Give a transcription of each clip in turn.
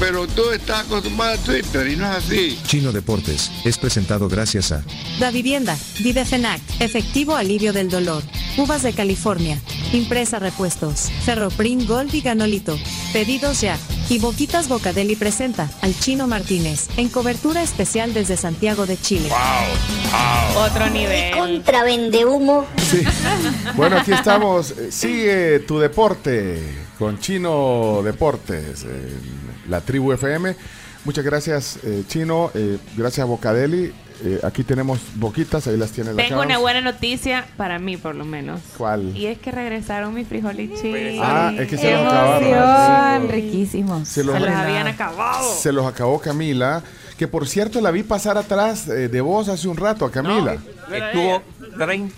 Pero tú estás acostumbrado a Twitter y no es así. Chino Deportes es presentado gracias a Da Vivienda, Videfenac, Efectivo Alivio del Dolor, Uvas de California, Impresa Repuestos, Ferroprim Gold y Ganolito, Pedidos ya. Y Boquitas Bocadeli presenta al Chino Martínez en cobertura especial desde Santiago de Chile. Otro nivel. Contra vende humo. Sí. Bueno, aquí estamos. Eh, Sigue tu deporte con Chino Deportes, en la tribu FM. Muchas gracias, eh, Chino. Eh, gracias, Bocadeli. Eh, aquí tenemos boquitas, ahí las tienes. Tengo una buena noticia para mí, por lo menos. ¿Cuál? Y es que regresaron mis frijolitos. Eh, Ah, es que se los acabaron. Emoción, riquísimos. Se Se los, los habían acabado. se los acabó Camila. Que por cierto, la vi pasar atrás eh, de vos hace un rato a Camila. Estuvo trein-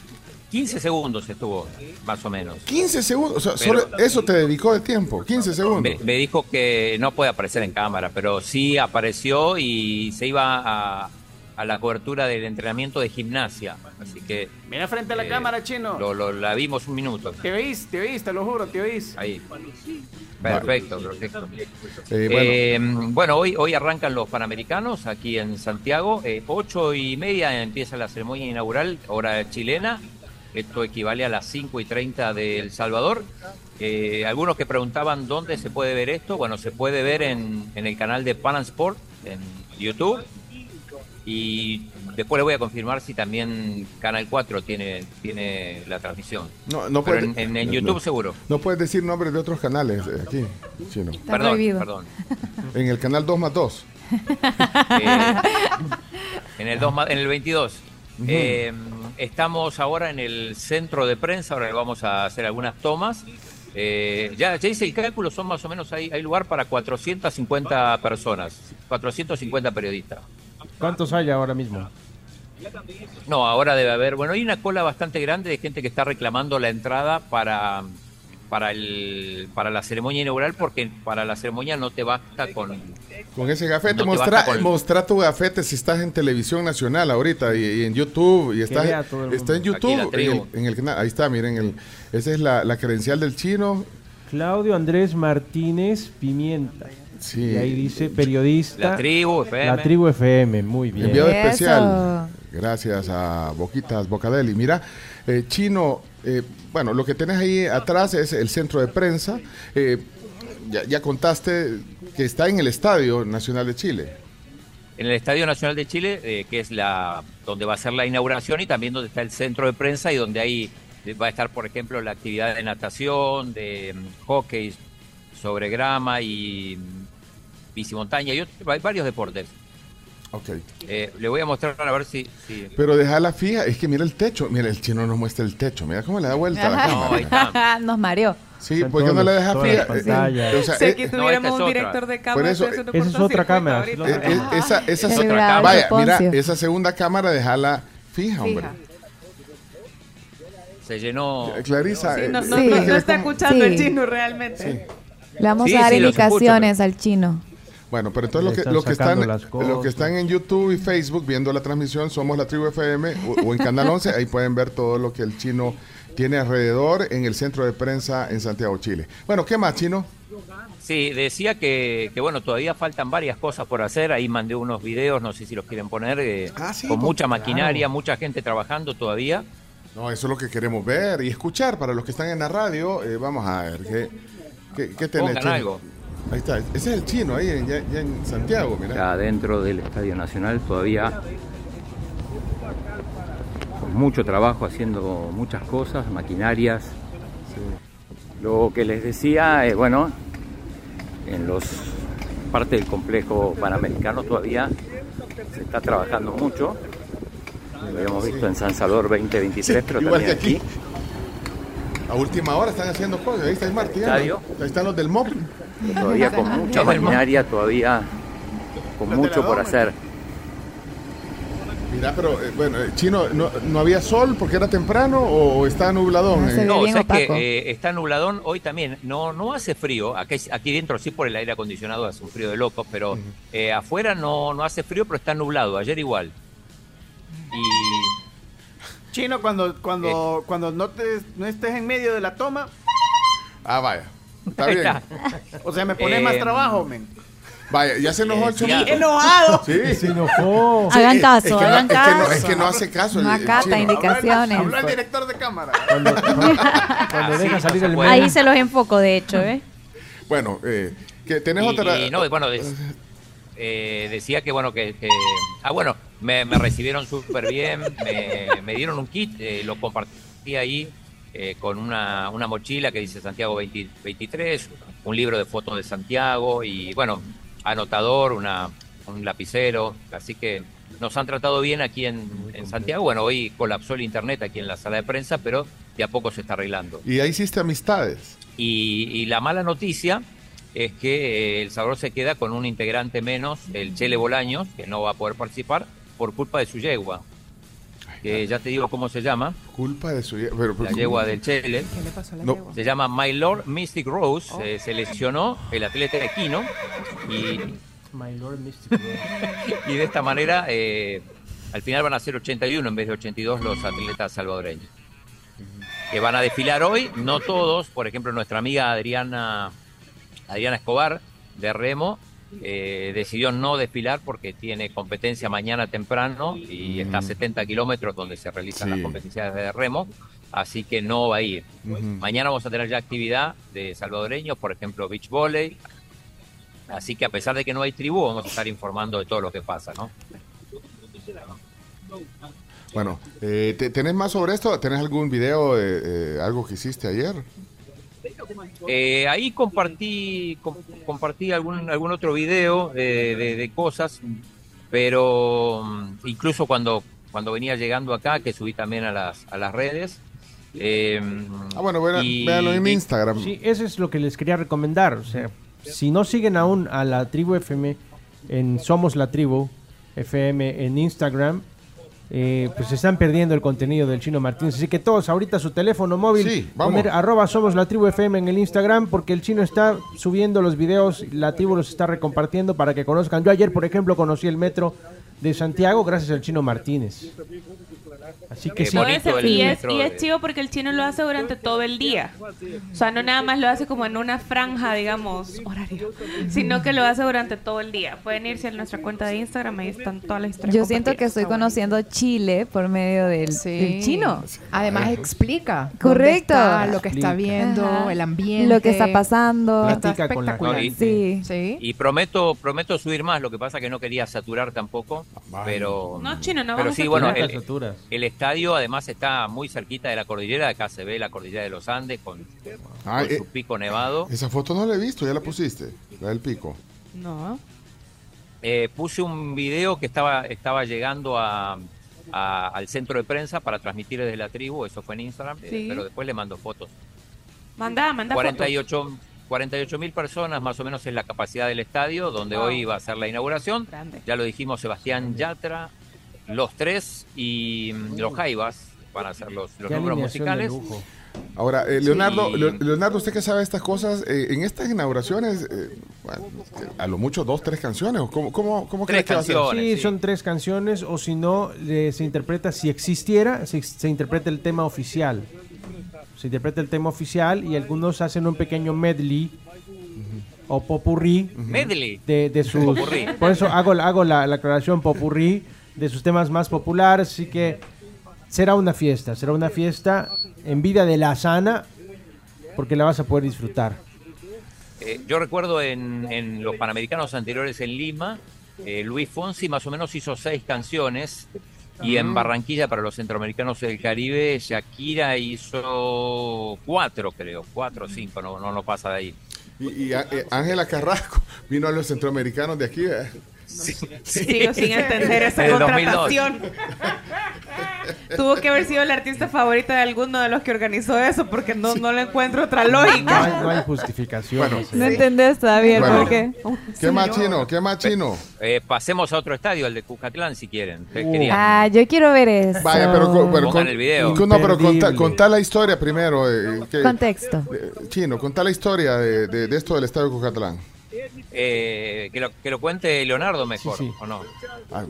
15 segundos estuvo, más o menos. 15 segundos. o sea, Pero- solo eso te dedicó de tiempo. 15 segundos. Me, me dijo que no puede aparecer en cámara, pero sí apareció y se iba a, a la cobertura del entrenamiento de gimnasia. Así que Mira frente a la Eh, cámara, chino. lo, lo- la vimos un minuto. Te oís, te oís, te lo juro, te oís. Ahí. Perfecto, perfecto. Eh, bueno, Eh, bueno, hoy, hoy arrancan los Panamericanos aquí en Santiago. Eh, ocho y media empieza la ceremonia inaugural, hora chilena. Esto equivale a las 5 y 30 de El Salvador. Eh, algunos que preguntaban dónde se puede ver esto. Bueno, se puede ver en, en el canal de Pan Sport en YouTube. Y después les voy a confirmar si también Canal 4 tiene, tiene la transmisión. no, no Pero puedes, en, en- en no, YouTube seguro. No puedes decir nombres de otros canales eh, aquí, Chino. Está perdón, prohibido. perdón. En el canal 2 más 2. Eh, en, el 2 Ah. ma- en el 22. Eh, estamos ahora en el centro de prensa, ahora vamos a hacer algunas tomas. Eh, ya, ya hice el cálculo, son más o menos, hay, hay lugar para 450 personas, 450 periodistas. ¿Cuántos hay ahora mismo? No, ahora debe haber, bueno, hay una cola bastante grande de gente que está reclamando la entrada para, para, el, para la ceremonia inaugural, porque para la ceremonia no te basta con... Con ese gafete, No te mostra, basta con- mostra tu gafete si estás en televisión nacional ahorita y, y en YouTube. Y vea estás, todo el mundo. está en Aquí la YouTube. En tribu. el, en el canal. ahí está, miren. El, esa es la, la credencial del chino. Claudio Andrés Martínez Pimienta. Sí. Y ahí dice periodista. La tribu, La FM. tribu FM, muy bien. Enviado Eso. especial. Gracias a Boquitas Bocadeli. Mira, eh, Chino, eh, bueno, lo que tenés ahí atrás es el centro de prensa. Eh, ya, ya contaste que está en el Estadio Nacional de Chile. en el Estadio Nacional de Chile, eh, que es la donde va a ser la inauguración y también donde está el centro de prensa y donde ahí va a estar, por ejemplo, la actividad de natación, de mm, hockey sobre grama y mm, bicimontaña y otro- hay varios deportes. Ok. Eh, le voy a mostrar a ver si... si- Pero dejala fija, es que mira el techo. Mira, el chino nos muestra el techo. Mira cómo le da vuelta a la Ajá. No, ahí cámara. está. Nos mareó. Sí, Están porque no todos la los- deja todas las fría. pantallas. Eh, o sea, sé que eh, tuviéramos esta es un otra. director de cámara. eso- se Esa es porta otra 50 cámara, ahorita. sí lo eh, eh, esa, esa, Es otra cámara. vaya, mira, Poncio. esa segunda cámara déjala fija, hombre. Fija. se llenó... Clarisa, Sí, eh, no, no- Sí. no- no está escuchando el Sí. chino realmente. Le vamos Sí, a dar sí, los indicaciones al chino. Bueno, pero entonces Le los que, están los que están, sacando las cosas. los que están en YouTube y Facebook viendo la transmisión somos la tribu FM o, o en Canal 11, ahí pueden ver todo lo que el chino tiene alrededor en el centro de prensa en Santiago, Chile. Bueno, ¿qué más, chino? Sí, decía que, que, bueno, todavía faltan varias cosas por hacer. Ahí mandé unos videos, no sé si los quieren poner, eh, Ah, sí, con pues, mucha maquinaria, mucha gente trabajando todavía. No, eso es lo que queremos ver y escuchar para los que están en la radio. eh, vamos a ver, ¿qué, qué, qué tenés, Pongan chino? algo. Ahí está, ese es el chino ahí en, ya, ya en Santiago, mira. Acá dentro del Estadio Nacional todavía con mucho trabajo haciendo muchas cosas, maquinarias. Lo que les decía es, bueno, en los parte del complejo panamericano todavía se está trabajando mucho. Lo habíamos visto en San Salvador 2023, pero Igual también que aquí. aquí. A última hora están haciendo cosas, ahí está el Martín, Estadio. ahí están los del MOP. todavía con mucha maquinaria, todavía con mucho por hacer. Mira, pero eh, bueno, eh, Chino, ¿no, no había sol porque era temprano o está nubladón? eh? No, o sea que eh, está nubladón hoy también. No, no hace frío. Aquí, aquí dentro sí por el aire acondicionado hace un frío de locos, pero eh, afuera no, no hace frío, pero está nublado. Ayer igual. Y Chino, cuando, cuando, Eh. cuando no, te, no estés en medio de la toma. Ah, vaya. Está Ahí bien. está. O sea, me pones Eh, más Em, trabajo, men. Vaya, ya se enojó el Sí, chomito. enojado. Sí, se enojó. Hagan caso, es que hagan no, es que no- caso. Es que no hace caso. el- No el acata chino. indicaciones. Habla el director de cámara. Cuando deja salir el medio. Ahí se los enfoco, de hecho, ¿eh? Bueno, eh, que tenés Y- otra. y no, y bueno, des- eh, decía que bueno, que, que- ah, bueno, me, me recibieron súper bien, me, me dieron un kit, eh, lo compartí ahí eh, con una, una mochila que dice Santiago 20 23, un libro de fotos de Santiago y bueno, anotador, una, un lapicero, así que nos han tratado bien aquí en, en Santiago. Bueno, hoy colapsó el internet aquí en la sala de prensa, pero de a poco se está arreglando. Y ahí hiciste amistades. Y, y la mala noticia es que eh, El Salvador se queda con un integrante menos, el Chele Bolaños, que no va a poder participar por culpa de su yegua. Que ya te digo cómo se llama, Culpa de su. Pero, la yegua del Chele. ¿Qué le pasó a la Pues, mm, No. yegua? Oh. Se llama My Lord Mystic Rose, eh, se lesionó el atleta equino y, My Lord Mystic Road. y de esta manera eh, al final van a ser 81 en vez de 82 los atletas salvadoreños. Que van a desfilar hoy, no todos, por ejemplo nuestra amiga Adriana, Adriana Escobar de Remo eh, decidió no desfilar porque tiene competencia mañana temprano y está a 70 kilómetros donde se realizan Sí. las competencias de Remo, así que no va a ir. Ujú. Mañana vamos a tener ya actividad de salvadoreños, por ejemplo, beach volley. Así que a pesar de que no hay tribu, vamos a estar informando de todo lo que pasa, ¿no? Bueno, eh, te- ¿tenés más sobre esto? ¿Tenés algún video de eh, algo que hiciste ayer? Eh, ahí compartí com- compartí algún algún otro video de, de- de cosas, pero mm, incluso cuando cuando venía llegando acá, que subí también a las a las redes. eh, Ah, bueno, vean- y- véanlo en y- Instagram. Sí, eso es lo que les quería recomendar. O sea, si no siguen aún a la tribu FM en Somos la Tribu FM en Instagram, eh, pues se están perdiendo el contenido del Chino Martínez. Así que todos ahorita su teléfono móvil, Sí, vamos. poner arroba Somos la Tribu FM en el Instagram, porque el Chino está subiendo los videos, la tribu los está recompartiendo para que conozcan. Yo ayer, por ejemplo, conocí el metro de Santiago gracias al Chino Martínez. Así que Qué sí. No, bonito ese- el y, es, metro y es de- chivo porque el chino lo hace durante todo el día. O sea, no nada más lo hace como en una franja, digamos, horario, sino que lo hace durante todo el día. Pueden irse a nuestra cuenta de Instagram, ahí están todas las historias. Yo siento que compartidas. estoy Está bueno. conociendo Chile por medio del, del chino. Además explica. dónde Correcto. está, lo que está Explica. viendo, Ajá. el ambiente. Lo que está pasando. Platica con la espectacular. gente. Sí. Sí. Y prometo, prometo subir más, lo que pasa que no quería saturar tampoco, pero... No, chino, no Pero vamos sí, a bueno, Altas el, alturas. el estadio además está muy cerquita de la cordillera, acá se ve la cordillera de los Andes con, Ah, con eh, su pico nevado. Esa foto no la he visto, ya la pusiste. La del pico. No. Eh, puse un video que estaba, estaba llegando a, a- al centro de prensa para transmitir desde la tribu, eso fue en Instagram, eh, Sí. pero después le mando fotos. Manda, manda fotos. 48 mil personas más o menos es la capacidad del estadio, donde Wow. hoy va a ser la inauguración. Grande. Ya lo dijimos, Sebastián Yatra, los tres y mm, los Jaivas van a ser los, los Qué números alineación de musicales. lujo. Ahora, eh, Leonardo, Sí. Leo- Leonardo, usted que sabe estas cosas, eh, en estas inauguraciones, eh, bueno, a lo mucho dos, tres canciones, ¿o ¿cómo, cómo, cómo Tres crees que va a ser? canciones. Sí, sí. son tres canciones, o si no, le- se interpreta, si existiera, se, se interpreta el tema oficial. Se interpreta el tema oficial y algunos hacen un pequeño medley o popurrí Medley. de, de sus. Popurrí. Por eso hago, la- hago la, la aclaración popurrí de sus temas más populares. Así que será una fiesta, será una fiesta en vida de la sana, porque la vas a poder disfrutar. Eh, yo recuerdo en, en los Panamericanos anteriores en Lima, eh, Luis Fonsi más o menos hizo seis canciones y Ah. en Barranquilla para los centroamericanos del Caribe, Shakira hizo cuatro, creo, cuatro o cinco, no, no, no pasa de ahí. Y, y, eh, Ángela Carrasco vino a los centroamericanos de ¿eh? aquí, ¿verdad? Sigo sin entender esa Del 2002. contratación. Tuvo que haber sido el artista favorito de alguno de los que organizó eso, porque no, no le encuentro otra lógica. No hay, no hay justificación. Bueno, No entendés todavía Bueno. por qué. ¿Qué más chino? ¿Qué más chino? Eh, pasemos a otro estadio, al de Cuscatlán, si quieren. Eh, querían. Ah, yo quiero ver eso. Vaya, pero, co- pues, pero Pongan el video. No, pero contá, Imperdible. contá la historia primero. eh, que- Contexto. eh, chino, contá la historia de, de- de esto del Estadio Cucatlán. Eh, que, lo, que lo cuente Leonardo mejor, ¿o no? Ah,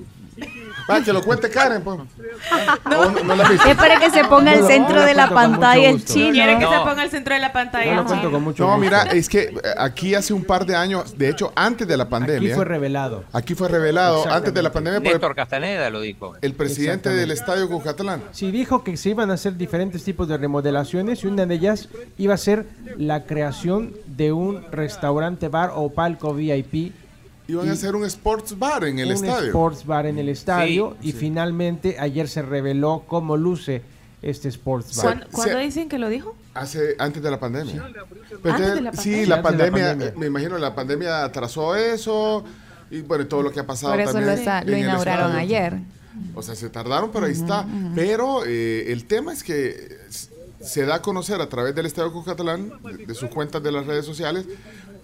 Va, que lo cuente Karen, pues. ¿O no- no la viste? Es para que se ponga al No, centro no, de la no, con mucho pantalla el gusto. chino. Quiere que se No. ponga al centro de la pantalla. sí. No, mira, es que eh, aquí hace un par de años, de hecho, antes de la pandemia. fue revelado. Aquí fue revelado, antes de la pandemia, por el- Néstor Castaneda lo dijo. el presidente del Estadio Cucatlán. Sí, dijo que se iban a hacer diferentes tipos de remodelaciones y una de ellas iba a ser la creación de un restaurante bar o palco VIP. Iban Y a hacer un sports bar en el un estadio. sports bar en el estadio Sí, y sí. finalmente ayer se reveló cómo luce este sports bar. ¿Cuándo, cuándo dicen que lo dijo? Hace, antes de la pandemia. Pero Antes de la entonces, pandemia. sí, la Antes de la pandemia, pandemia. eh, me imagino, la pandemia atrasó eso y bueno, todo lo que ha pasado. Por eso también lo, está- en lo el inauguraron estadio. ayer. O sea, se tardaron, pero ahí está. Pero eh, el tema es que s- se da a conocer a través del Estadio Cucatlán, de, de sus cuentas de las redes sociales,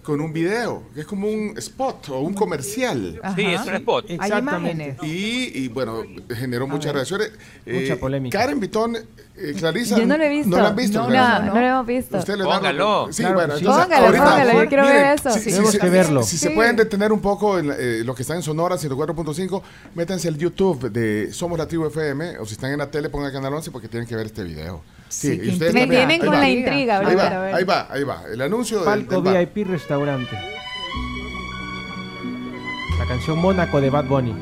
con un video, que es como un spot o un comercial. Sí, es un spot. Eh, Exactamente. Y, y, bueno, generó muchas reacciones. Eh, Mucha polémica. Karen Vitón, eh, Clarisa. Yo no lo he visto. ¿No la han visto? No, Clarisa? no, no lo hemos visto. Usted le da- Póngalo. Sí, Claro bueno, que sí. entonces, Póngalo, ahorita- póngalo, yo quiero miren, ver eso. Si, si- Tenemos si- que verlo. si se Sí. pueden detener un poco en, la- eh, los que están en Sonora 104.5, métanse al YouTube de Somos la Tribu FM o si están en la tele pongan Canal 11 porque tienen que ver este video. Sí, y ustedes Me también. tienen Ahí con va. la intriga Ahí ahorita, a va, ver. ahí va, ahí va. El anuncio del, Palco del bar. VIP restaurante. La canción Mónaco de Bad Bunny.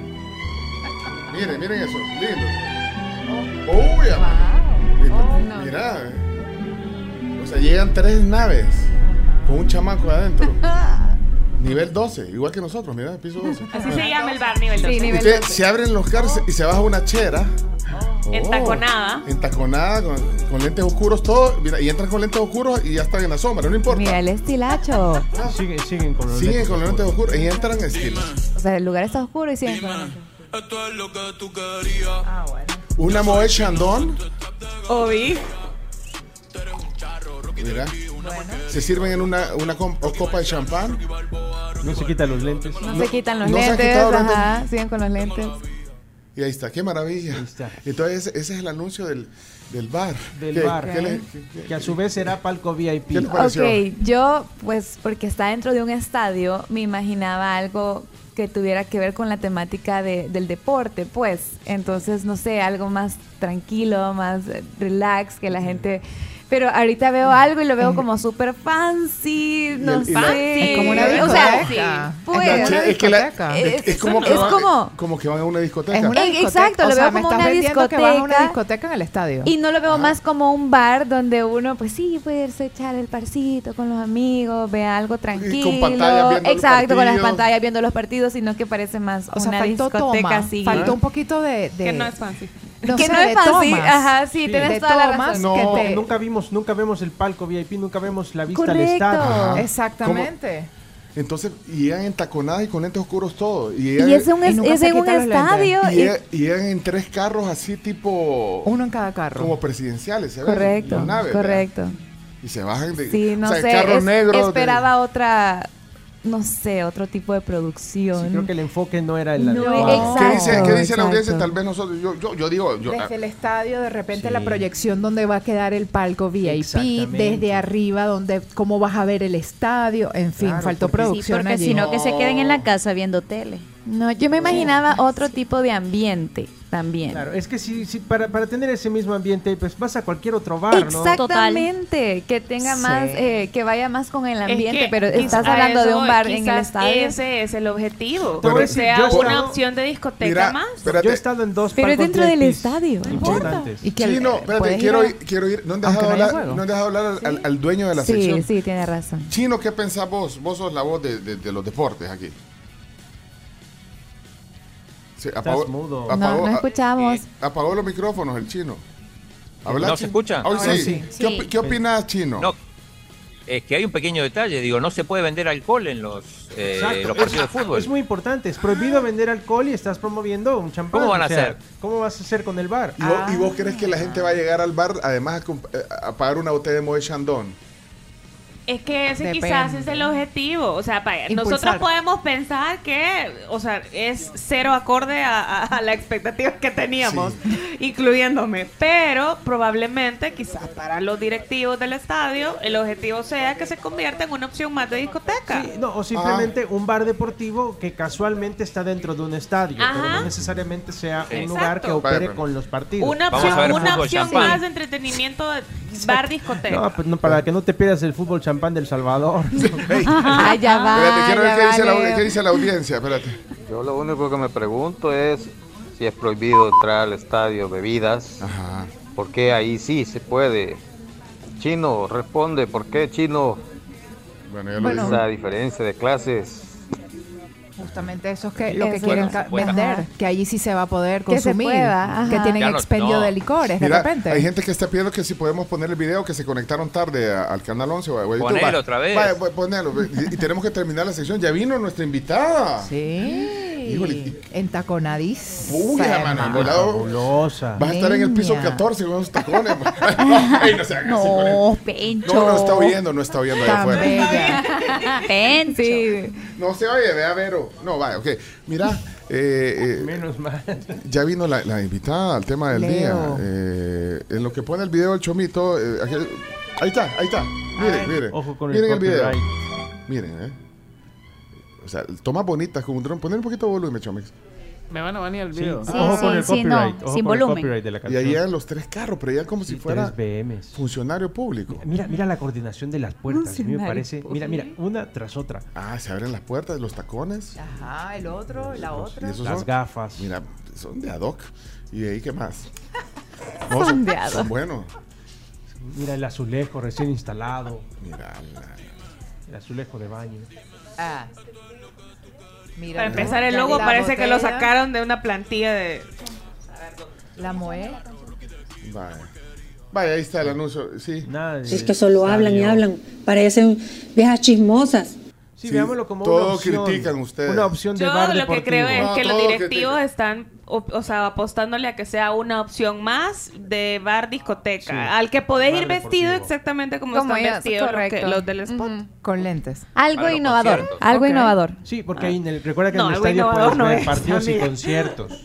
Miren, miren eso. Lindo. Uy, amor. Mira. eh. O sea, llegan tres naves con un chamaco adentro. Nivel 12, igual que nosotros, mira, piso 12. Así se llama el bar, nivel 2. Sí, nivel Usted se abren los cárceles y se baja una chera. Oh. Entaconada. Entaconada, con, con lentes oscuros, todo. Mira, y entran con lentes oscuros y ya están en la sombra, no importa. Mira, el estilacho. Siguen, siguen con los Ah. Siguen lentes con los lentes oscuros y entran esquinas. O sea, el lugar está oscuro y siguen con eso. Una Moe Chandon, Obi. mira. Se sirven en una, una com- o copa de champán. No se quitan los lentes. No, se quitan los no se han lentes, quitado los ajá, siguen con los lentes. Y ahí está, qué maravilla. está. Entonces, ese, ese es el anuncio del, del bar. Del ¿Qué- bar. ¿eh? qué le- que a su vez será palco VIP. ¿Qué le pareció? Ok, yo, pues, porque está dentro de un estadio, me imaginaba algo que tuviera que ver con la temática de- del deporte, pues. Entonces, no sé, algo más tranquilo, más eh, relax, que la gente... Pero ahorita veo algo y lo veo como súper fancy, no el- y la- sé. Es como una o sea, discoteca. pues, La Es che- una es que la- discoteca. es- es Es como que una- van, es como- como que van a una discoteca. Es una Eh, discoteca. exacto, lo O sea, veo me como estás una vendiendo que vas a una discoteca. discoteca en el estadio. Y no lo veo más como un bar donde uno, pues sí, puede irse a echar el parcito con los amigos, ve algo tranquilo. pantallas viendo los Exacto, con las partidos. pantallas viendo los partidos, sino que parece más O sea, una faltó discoteca toma, así. faltó un poquito de... de- Que no es fancy. sé, que no de es fancy. tomas. Ajá, sí, Sí. tienes De toda la tomas, razón. que No, te- nunca vimos, nunca vemos el palco VIP, nunca vemos la vista al Eh. Correcto. estadio. Ajá. Exactamente. Entonces, y llegan en taconada y con lentes oscuros todo. Y llegan, Y es, un, Y es, nunca es se en un quitan los lentes. estadio. y y- llegan- y llegan en tres carros así tipo... Uno en cada carro. Como presidenciales, ¿se ven? correcto, Las naves, ¿verdad? correcto. Y se bajan de... Sí, no o sea, sé. carros es- negros. de- esperaba otra, no sé, otro tipo de Sí, producción. creo que el enfoque no era el No, adecuado. exacto. ¿Qué dice, qué dice la exacto. audiencia? Tal vez nosotros... Yo, yo, yo digo... yo- ah, Desde el estadio, de repente Sí. la proyección donde va a quedar el palco VIP, Exactamente. desde arriba, donde cómo vas a ver el estadio, en fin, Claro, faltó porque- producción allí. que se queden en la casa viendo tele. No, yo me imaginaba otro tipo de ambiente también. Claro, es que sí, sí, para, para tener ese mismo ambiente, pues vas a cualquier otro Ah, bar, ¿no? Exactamente, que tenga Sí. más, eh, que vaya más con el Es ambiente, que pero quiz- estás a hablando de eso un voy, bar en el quizás estadio. Ese es el objetivo. Pero que sea yo- una yo- opción de discoteca Mira, más. espérate. Yo he estado en dos Pero es palcos dentro del VIPs estadio. No importa. importantes. Y que sí, no, espérate, puedes ir quiero a- ir, quiero ir... ¿No han aunque dejado no haya hablar, juego. no han dejado hablar al, al- al dueño de la Sí, sección? sí, tiene razón. Chino, ¿qué pensás vos? Vos sos la voz de, de- de los deportes aquí. Se apagó, mudo. apagó- No, no a- escuchamos. apagó los micrófonos el chino. Habla, ¿No se chino. escucha? Hoy Ahora sí. sí. ¿Qué, opi- qué opinas, chino? No. es que hay un pequeño detalle, digo, no se puede vender alcohol en los, eh, los partidos de fútbol. Es muy importante, es prohibido vender alcohol y estás promoviendo un champán. ¿Cómo van a hacer? ¿Cómo vas a hacer con el bar? ¿Y, vos, y Ah. vos crees que la gente va a llegar al bar además a comp- eh, a, pagar una botella de Moe Chandon? Es que ese Depende. quizás es el objetivo. O sea, pa- Impulsar. nosotros podemos pensar que, o sea, es cero acorde a, a- a la expectativa que teníamos, incluyéndome. Pero probablemente, quizás para los directivos del estadio, el objetivo sea que se convierta en una opción más de discoteca. No, o simplemente un bar deportivo que casualmente está dentro de un estadio, pero Ajá. no necesariamente sea Sí. un lugar que Exacto. opere con los partidos. Una opción, una opción más de entretenimiento de bar discoteca. No, pues no, para que no te pierdas el fútbol champán del Salvador. Ah, ya va, Espérate, quiero ver ya qué dice, va, la, Leo. qué dice la audiencia. Espérate. Yo lo único que me pregunto es si es prohibido entrar al estadio bebidas. Porque ahí sí se puede. Chino, responde, ¿por qué Chino? Bueno, lo Bueno. dije. Esa diferencia de clases. Justamente eso es que lo que Eso quieren no se ca- puede. vender, Ajá. que allí sí se va a poder Que se consumir, que, pueda, ajá. tienen Ya no- expendio no. de licores Mira, de repente. Hay gente que está pidiendo que si podemos poner el video que se conectaron tarde a- al canal 11. o a- o a YouTube. Ponelo Va, otra vez. va, va, ponelo. Y, y tenemos que terminar la sección. Ya vino nuestra invitada. Sí. Híjole, y- Entaconadiza. Uy, la mano, hermano. volado. Vas a estar en el piso Peña. 14 con esos tacones. Ay, no, sea, así con él. Pencho. no, no está oyendo, no está oyendo allá Tan afuera. Pencho. No se oye, vea, Vero. No, vaya, ok. Mira, eh, eh, Menos mal. ya vino la, la invitada al tema del Leo. día. Eh, en lo que pone el video el chomito. eh, aquel- ahí está, ahí está. Miren, miren. Ojo con el miren el, video. copyright. Miren, eh. O sea, tomas bonitas con un dron. Poner un poquito de volumen, Chomix. Me van a banear el Sí, video. sí, Ojo con sí, el sí, no, copyright, ojo sin con el volumen. copyright de la Y canción. ahí eran los tres carros, pero ya como si fuera funcionario público. Mira, mira la coordinación de las puertas, a mí me parece. Mira, mira, una tras otra. Ah, se abren las puertas, los tacones. Ajá, Ah, el otro, la otra. Y esos Las son- gafas. Mira, son de ad hoc. ¿Y de ahí qué más? Son de ad Son hoc. buenos. Mira el azulejo recién instalado. Mira, El azulejo de baño. Ah. Mira, Para ¿no? empezar, el La- logo la parece que lo botella, sacaron de una plantilla de. La moe. Vaya. Vaya, ahí está el anuncio. Sí. Es que solo hablan y hablan. Parecen viejas chismosas. Sí, veámoslo como todo una opción. critican ustedes. Una opción de Yo bar lo deportivo. que creo es No, que los todo directivos están o, o sea, apostándole a que sea una opción más de bar discoteca, al que podés bar ir vestido deportivo. exactamente como, Como están ellos, vestidos los, que- correcto. los del spot. Con lentes. Algo Para los innovador. conciertos. Algo Ok. innovador. Sí, porque Ah. ahí en el, recuerda que No, en el algo estadio innovador puedes no ver es, partidos y amiga. conciertos.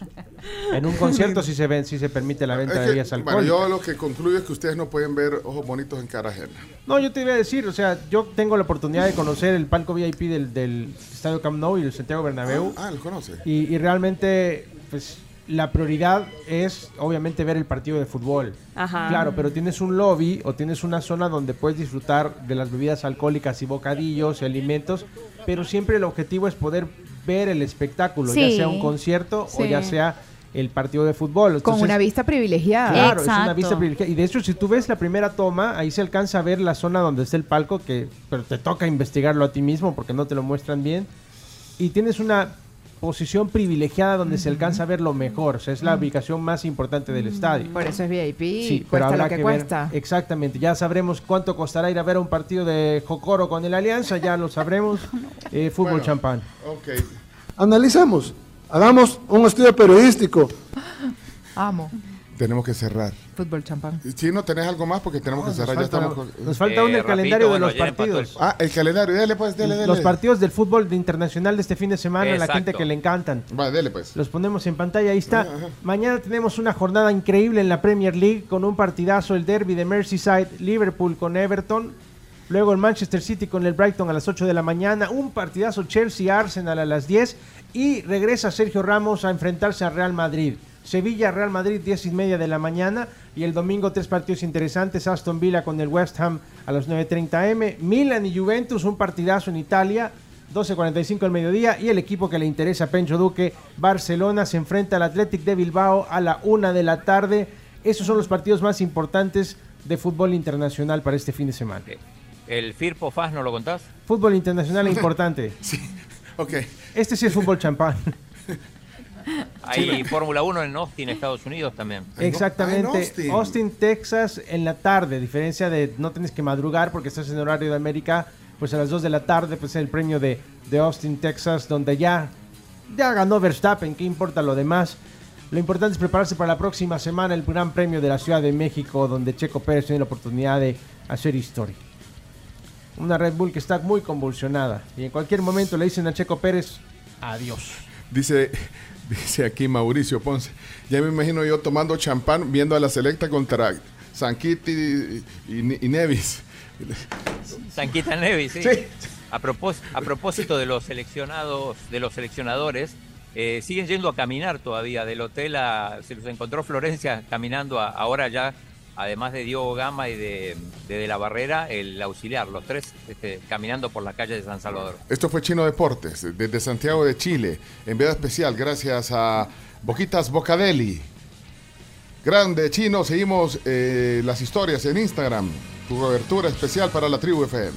En un concierto sí se ven, sí se permite la venta Es de que, bebidas bueno, alcohólicas. yo lo que concluyo es que ustedes no pueden ver ojos bonitos en cara ajena. No, yo te iba a decir, o sea, yo tengo la oportunidad de conocer el palco VIP del, del Estadio Camp Nou y el Santiago Bernabéu. Ah, los conoce. Y, y realmente, pues, la prioridad es, obviamente, ver el partido de fútbol. Ajá. Claro, pero tienes un lobby o tienes una zona donde puedes disfrutar de las bebidas alcohólicas y bocadillos y alimentos, pero siempre el objetivo es poder ver el espectáculo, ya Sí. sea un concierto o Sí. ya sea el partido de fútbol. Con Entonces, una vista Ah, privilegiada. Claro, es una vista privilegiada. Y de hecho, si tú ves la primera toma, ahí se alcanza a ver la zona donde está el palco, que pero te toca investigarlo a ti mismo porque no te lo muestran bien. Y tienes una posición privilegiada donde se alcanza a ver lo mejor. O sea, es la ubicación más importante del estadio. Mm. Por eso es VIP. Sí, pero cuesta habrá lo que, que ver- cuesta. Exactamente, ya sabremos cuánto costará ir a ver a un partido de Jocoro con el Alianza, ya lo sabremos. Eh, fútbol champán. Ok. Analicemos, hagamos un estudio periodístico. Amo. Tenemos que cerrar. Fútbol champán. Si no tenés algo más porque tenemos que cerrar. falta- ya estamos con- nos falta Pues Eh, aún el rapidito, calendario de bueno, los ya empató partidos. el- Ah, el calendario. Dale, pues, dale, dale. Los partidos del fútbol de internacional de este fin de semana, a la Exacto. gente que le encantan. Vale, dele pues. Los ponemos en pantalla, ahí está. Mañana tenemos una jornada increíble en la Premier League con un partidazo, el derby de Merseyside, Liverpool con Everton. Luego el Manchester City con el Brighton a las 8 de la mañana. Un partidazo Chelsea-Arsenal a las 10. Y regresa Sergio Ramos a enfrentarse a Real Madrid. Sevilla-Real Madrid 10 y media de la mañana. Y el domingo tres partidos interesantes. Aston Villa con el West Ham a las 9.30 M. Milan y Juventus, un partidazo en Italia. 12.45 al mediodía y el equipo que le interesa a Pencho Duque, Barcelona, se enfrenta al Athletic de Bilbao a la una de la tarde. Esos son los partidos más importantes de fútbol internacional para este fin de semana. ¿El Firpo Faz no lo contás? Fútbol internacional es importante. Ok. Este sí es fútbol champán. Hay Fórmula 1 en Austin, Estados Unidos también. Exactamente. Ah, en Austin. Texas, en la tarde. Diferencia de no tienes que madrugar porque estás en horario de América. Pues a las 2 de la tarde, pues el premio de, de Austin, Texas, donde ya, ya ganó Verstappen. ¿Qué importa lo demás? Lo importante es prepararse para la próxima semana, el Gran Premio de la Ciudad de México, donde Checo Pérez tiene la oportunidad de hacer historia. Una Red Bull que está muy convulsionada. Y en cualquier momento le dicen a Checo Pérez, adiós. Dice, dice aquí Mauricio Ponce. Ya me imagino yo tomando champán viendo a la selecta contra Sanquiti y, y- y Nevis. Sanquita Nevis, sí. Sí. A, propós- a propósito de los seleccionados, de los seleccionadores, eh, siguen yendo a caminar todavía del hotel a. Se los encontró Florencia caminando a- ahora ya, además de Diogo Gama y de de, De la Barrera, el auxiliar, los tres este, caminando por la calle de San Salvador. Esto fue Chino Deportes, desde Santiago de Chile. Enviada especial gracias a Boquitas Bocadeli. Grande Chino, seguimos eh, las historias en Instagram. Tu cobertura especial para la tribu FM.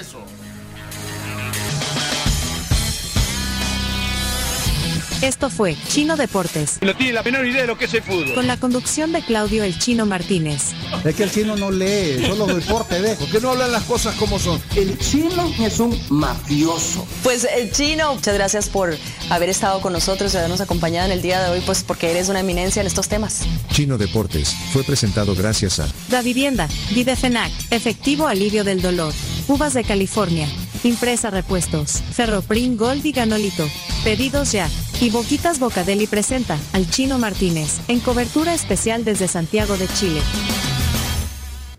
Eso. Esto fue Chino Deportes, No tiene la menor idea de lo que es el fútbol. con la conducción de Claudio El Chino Martínez. Es que el chino no lee, Eh, solo deporte ve. ¿Por qué no hablan las cosas como son? El chino es un mafioso. Pues eh, Chino, muchas gracias por haber estado con nosotros y habernos acompañado en el día de hoy, pues porque eres una eminencia en estos temas. Chino Deportes fue presentado gracias a Da Vivienda, Videfenac, Efectivo Alivio del Dolor, Uvas de California, Impresa Repuestos, Ferroprim Gold y Ganolito, Pedidos Ya, y Boquitas Bocadeli presenta al Chino Martínez, en cobertura especial desde Santiago de Chile.